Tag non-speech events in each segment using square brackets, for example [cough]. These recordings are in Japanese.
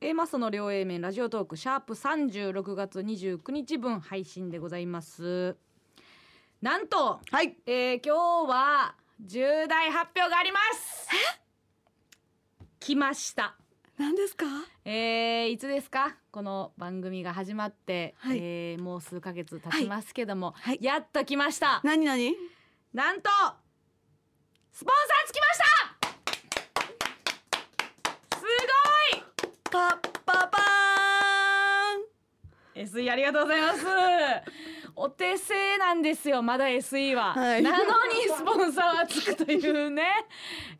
いますの両 A 面ラジオトークシャープ36月29日分配信でございますなんと、はいえー今日は重大発表があります来ました何ですかえーいつですかこの番組が始まって、はいえーもう数ヶ月経ちますけども、はいやっと来ました何何なんとスポンサーつきましたすごいパッパパ SE ありがとうございますお手製なんですよまだ SE は、はいなのにスポンサーはつくというね [laughs]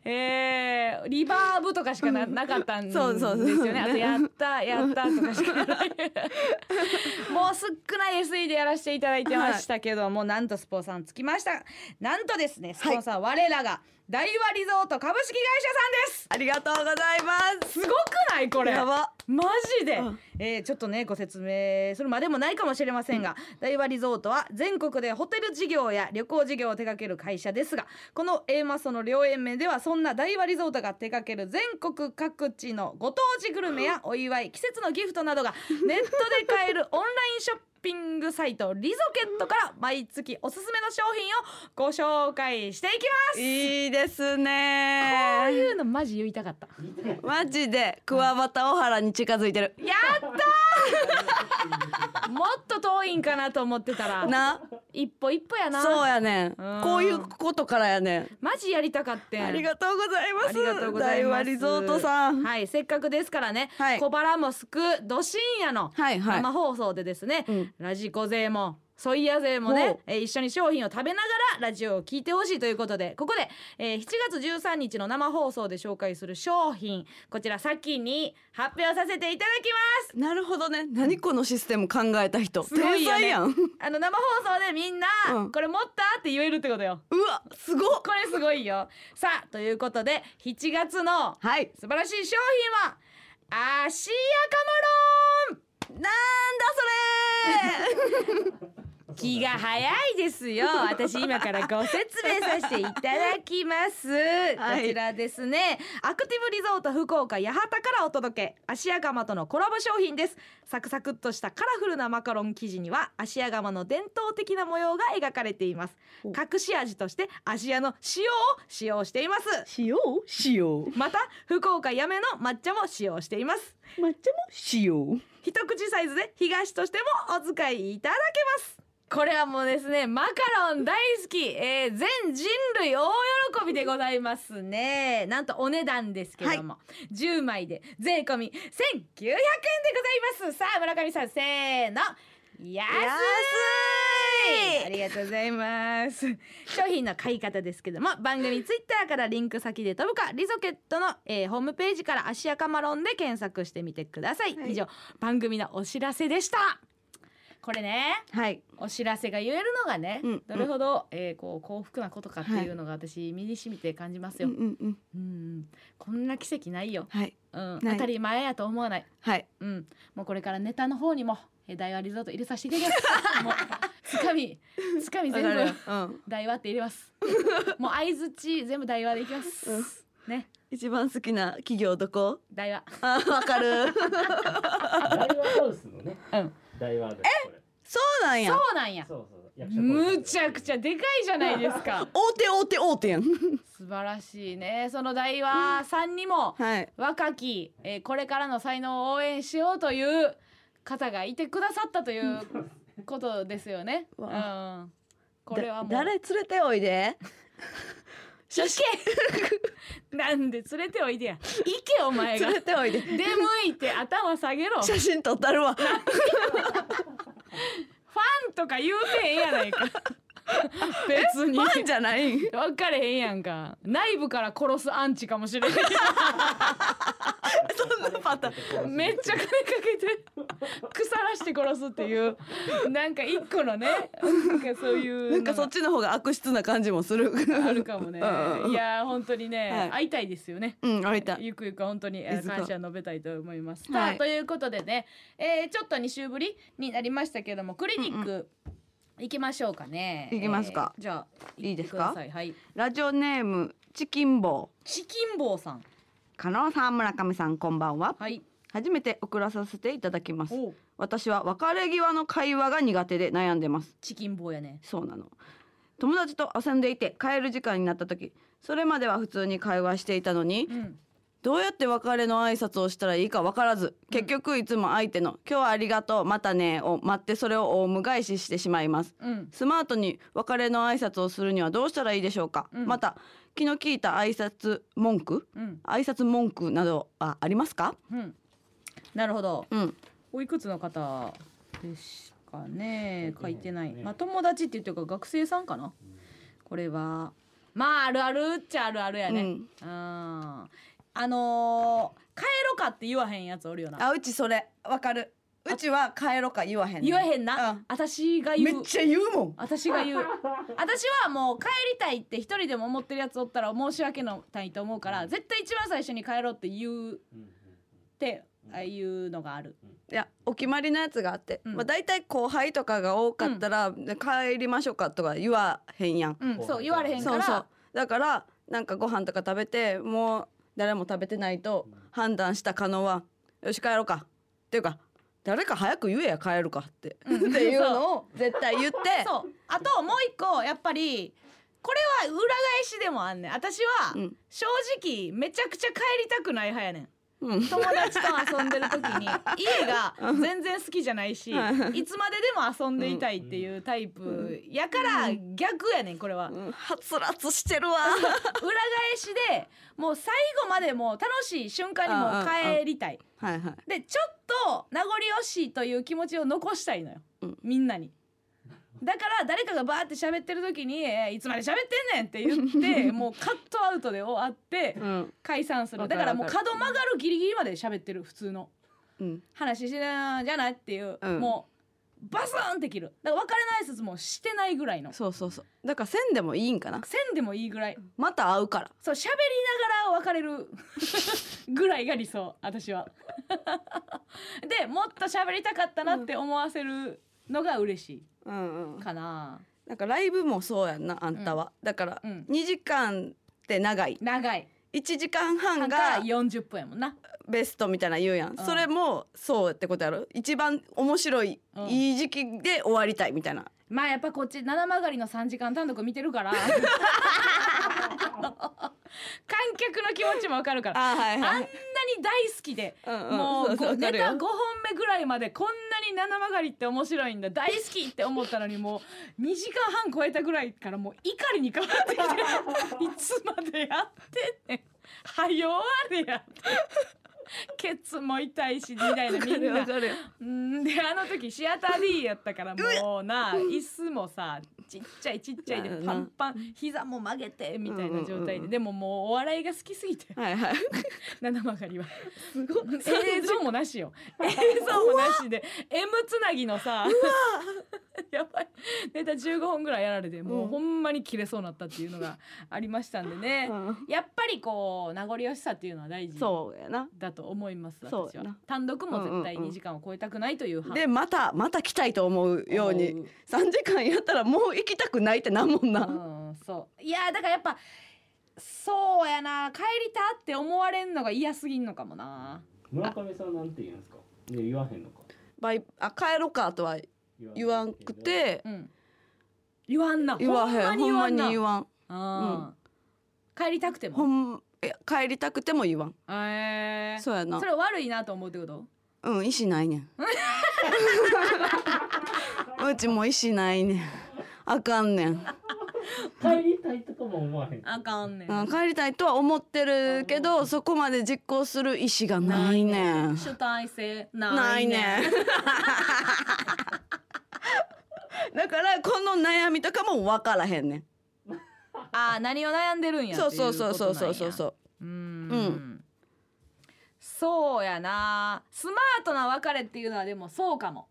えー、リバーブとかしかななかったんですよねそうそうそうあとやったやったとかしかない [laughs] もう少ない SE でやらせていただいてましたけども、なんとスポンサーつきましたなんとですねスポンサーは我らが大和リゾート株式会社さんですありがとうございますすごくないこれやばマジで、うんえーちょっとねご説明するまでもないかもしれませんが大和リゾートは全国でホテル事業や旅行事業を手掛ける会社ですがこの A マストの両縁面ではそんな大和リゾートが手掛ける全国各地のご当地グルメやお祝い季節のギフトなどがネットで買えるオンラインショッピングサイトリゾケットから毎月おすすめの商品をご紹介していきます、いいですこうねいうのマジ言いたかったマジでクワバタオハラに近づいてるやったー [laughs] もっと遠いんかなと思ってたらな一歩一歩やなそうやねんうんこういうことからやねんマジやりたかってんありがとうございますありがとうございます大和リゾートさんはいせっかくですからね、はい小腹もすくど深夜のはいはい生放送でですね、うんラジコ勢もソイヤ勢もねほう、えー一緒に商品を食べながらラジオを聞いてほしいということでここで、えー7月13日の生放送で紹介する商品こちら先に発表させていただきます [laughs] なるほどね何このシステム考えた人すごいよ天ね才やんうあの生放送でみんな、うんこれ持ったって言えるってことよわすごっこれすごいよさあということで7月のはい素晴らしい商品は芦屋カマロンなんだ [laughs] それ気が早いですよ私今からご説明させていただきます、はいこちらですねアクティブリゾート福岡八幡からお届け芦屋釜とのコラボ商品ですサクサクっとしたカラフルなマカロン生地には芦屋釜の伝統的な模様が描かれていますお隠し味として芦屋の塩を使用していますしようしようまた福岡やめの抹茶も使用しています抹茶もしよう一口サイズで東としてもお使いいただけますこれはもうですねマカロン大好き、えー全人類大喜びでございますねなんとお値段ですけども、10枚で税込み1900円でございますさあ村上さんせーの安いありがとうございます商品の買い方ですけども番組ツイッターからリンク先で飛ぶかリゾケットの、えーホームページから芦屋カマロンで検索してみてください、はい以上番組のお知らせでしたこれねはいお知らせが言えるのがね、うんどれほど、えーこう幸福なことかっていうのが私身に染みて感じますうんよ、うんうんうんこんな奇跡ないよ、はいうん、ない当たり前やと思わないはいうん、もうこれからネタの方にもえー大和リゾート入れさせていただきます。もう [laughs] つかみつかみわ全かるよ部うん大和って入れます。 [laughs] もう相槌全部大和でいきます。ね、一番好きな企業どこ大和。あーわかるダイワハウスのね、うん、ダイワです。これ [laughs] そうなんやそうなんや。そうそう。役所むちゃくちゃ。ゃでかいじゃないですか。大手大手大手やん素晴らしいね。その大和さんにもはい若き、えーこれからの才能を応援しようという方がいてくださったということですよね。うわん、これはもうだ誰連れておいで写真 [laughs] なんで連れておいでや。行けお前が連。れておいで出向いて頭下げろファ [laughs] 写真撮ったるわンとか言うてへんやない [laughs] か別にファンじ [laughs] ゃないん分かれへんやんか内部から殺すアンチかもしれそんなパターンんめっちゃ金かけて腐らして殺すっていうなんか一個 [laughs] のねなんかそういうなのんかそっちの方が悪質な感じもするがあるかもねうんいやー本当にね、はい会いたいですよねうんあいたゆくゆくは本当にえいーつか感謝述べたいと思います。はさいあということでね、えーちょっと2週ぶりになりましたけどもクリニック行きましょうかね。行きますかえーじゃあいいですか行ってくださいはい。ラジオネームチキンボーチキン坊さん加納さん村上さんこんばんははい初めて送らさせていただきますおう私は別れ際の会話が苦手で悩んでますチキン棒やねそうなの友達と遊んでいて帰る時間になった時それまでは普通に会話していたのにうんどうやって別れの挨拶をしたらいいか分からず結局いつも相手の「今日はありがとうまたね」を待ってそれをオウム返ししてしまいますうんスマートに別れの挨拶をするにはどうしたらいいでしょうか、うんまた気の利いた挨拶文句うん挨拶文句などあありますかうんなるほどうんおいくつの方ですかね書書いいててなないい、ねまあ友達っていうか学生さんかなこれはまああるあるっちゃあるあるやね、う、うんんあのー、帰ろかって言わへんやつおるよなあうちそれわかるうちは帰ろか言わへんね言わへんな、うん私が言うゃ言うもん私が [laughs] 言う私はもう帰りたいって一人でも思ってるやつおったら申し訳ないと思うから絶対一番最初に帰ろうって言うっうんうんてああいうのがあるいやお決まりのやつがあって、うんまあ、大体後輩とかが多かったら、で帰りましょうかとか言わへんやん、うんそう言われへんかそうらそうだからなんかご飯とか食べてもう誰も食べてないとうん判断した可能はよし帰ろうかっていうか誰か早く言えや帰るかって、うん [laughs] っていうのを絶対 [laughs] 言ってそうあともう一個やっぱりこれは裏返しでもあんねん私はうん正直めちゃくちゃ帰りたくない派やねんうん友達と遊んでる時 [laughs] に家が全然好きじゃないしいつまででも遊んでいたいっていうタイプやから逆やねんこれはうんはつらつしてるわ裏返しでもう最後までもう楽しい瞬間にもう帰りたい [laughs] はいはいでちょっと名残惜しいという気持ちを残したいのよ、うんみんなに。だから誰かがバーって喋ってる時に「えーいつまで喋ってんねん!」って言 [laughs] ってもうカットアウトで終わってうん解散するわかだるからもうわか角曲がるギリギリまで喋ってる普通のうん話してなんじゃないっていう、うんもうバスーンって切るだから別れの挨拶もしてないぐらいのそうそうそうだからせんでもいいんかなせんでもいいぐらいまた会うからそう喋りながら別れる [laughs] ぐらいが理想私は [laughs] でもっと喋りたかったなって思わせるのが嬉しうんういかな、なんかライブもそうやんなあんたは、だからうん2時間って長い長い1時間な半んかが40分やもんなベストみたいなの言うやんうんそれもそうってことやろ一番面白い、うんいい時期で終わりたいみたいなまあやっぱこっち七曲りの3時間単独見てるから観客の気持ちもわかるからあはいあんなに大好きで [laughs] うんうんもうそうそうごわかネるタよ5本目ぐらいまでこんなに七曲りって面白いんだ大好きって思ったのにもう2時間半超えたぐらいからもう怒りに変わってきて [laughs] いつまでやってんねんはよあれやってケツも痛いしみたいなみんなわかるようんであの時シアター D やったからもうな椅子もさちっちゃいちっちゃいでうんパンパン膝も曲げてみたいな状態うんうんうでんでももうお笑いが好きすぎてはいはい七曲がりはす [laughs] ごい映像もなしよ映像もなしで M つなぎのさ [laughs] やばいネタ15本ぐらいやられてもううんほんまに切れそうになったっていうのがありましたんでね、やっぱりこう名残惜しさっていうのは大事そうやなだと思いますそう私やはな単独も絶対うんうんう2ん時間を超えたくないという派でまたまた来たいと思うように思う3時間やったらもう行きたくないってなんもんな、うんそういやだからやっぱそうやな帰りたって思われんのが嫌すぎんのかもな村上さんなんて言うんですか。ね言わへんのか。バイあ帰ろうかとは言わんく。てうん言わんな言わへんほほんんままにに言わんな言わんあー帰りたくてほもんいや帰りたくても言わんえー、そそうやなれ悪いなと思うってことうん意思ない [laughs] ねんうちも意思ないねんあかんねん、帰りたいとかも思わへん。あかんねんうん、帰りたいとは思ってるけどそこまで実行する意思がないねん主体性なないいねんねんだからこの悩みとかも分からへんねあー何を悩んでるんんやそうそうそうそうそうそううそううーん、、うんそうやなスマートな別れっていうのはでもそうかも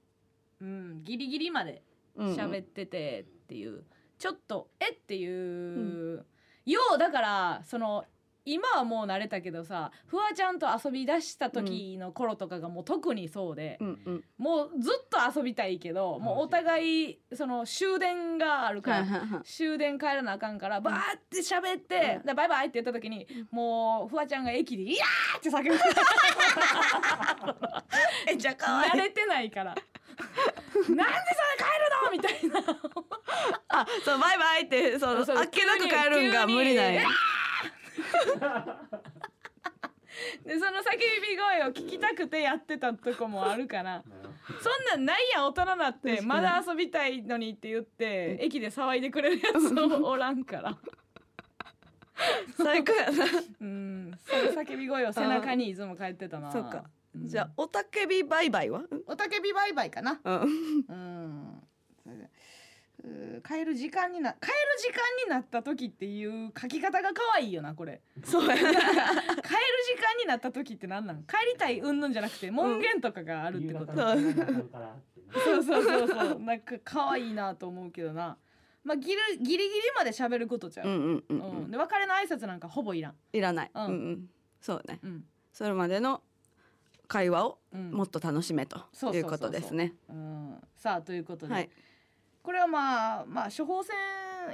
うんギリギリまでうん喋っててっていう、ちょっとえっていう、ようだからその今はもう慣れたけどさフワちゃんと遊び出した時の頃とかがもう特にそうで、うんうんもうずっと遊びたいけどもうお互いその終電があるから、はいはいはい終電帰らなあかんからバーって喋って、うんでバイバイって言った時にもうフワちゃんが駅で「いやー!」って [laughs] 叫ぶえじゃあかわいい慣れてないから「なんでそれ帰るの?」みたいなあそうバイバイってそのそうあっけなく帰るんが急に無理なんえやでその叫び声を聞きたくてやってたとこもある [laughs] からそんなんないやん大人なっ確てかにまだ遊びたいのにって言って駅で騒いでくれるやつもおらんから。最高やな [laughs] うん、その叫び声を背中にいつも帰ってたな。そうかうん。じゃあおたけびバイバイはおたけびバイバイかな。うんうん。うー帰る時間にな帰る時間になった時っていう書き方が可愛いよなこれそう [laughs] や帰る時間になった時ってなんなん帰りたい云々じゃなくて門限とかがあるってこと、と夕方のからってねそうそうそうそうなんか可愛いなと思うけどなまあギリギリギリまで喋ることじゃうんん、うんううんんうんで別れの挨拶なんかほぼいらん、いらないうんうんうんそうねうんそれまでの会話をうん、もっと楽しめとそうそうそうそういうことですねうん、さあということで、はいこれはまあまあ処方箋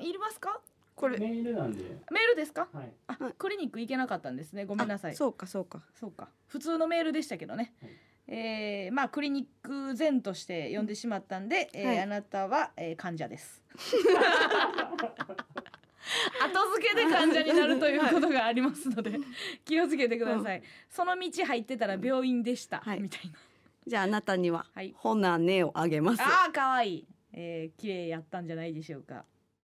いりますかこれメールなんで、メールですかはい、あ、はいクリニック行けなかったんですねごめんなさいあそうそうかそうかか普通のメールでしたけどね、はいえーまあクリニック前として呼んでしまったんで、えーはいあなたは、えー患者です [laughs] 後付けで患者になるということがありますので、 [laughs] 気をつけてください、その道入ってたら病院でした、はいみたいなじゃああなたにははいほなねをあげますああ可愛い、えー、綺麗やったんじゃないでしょうか。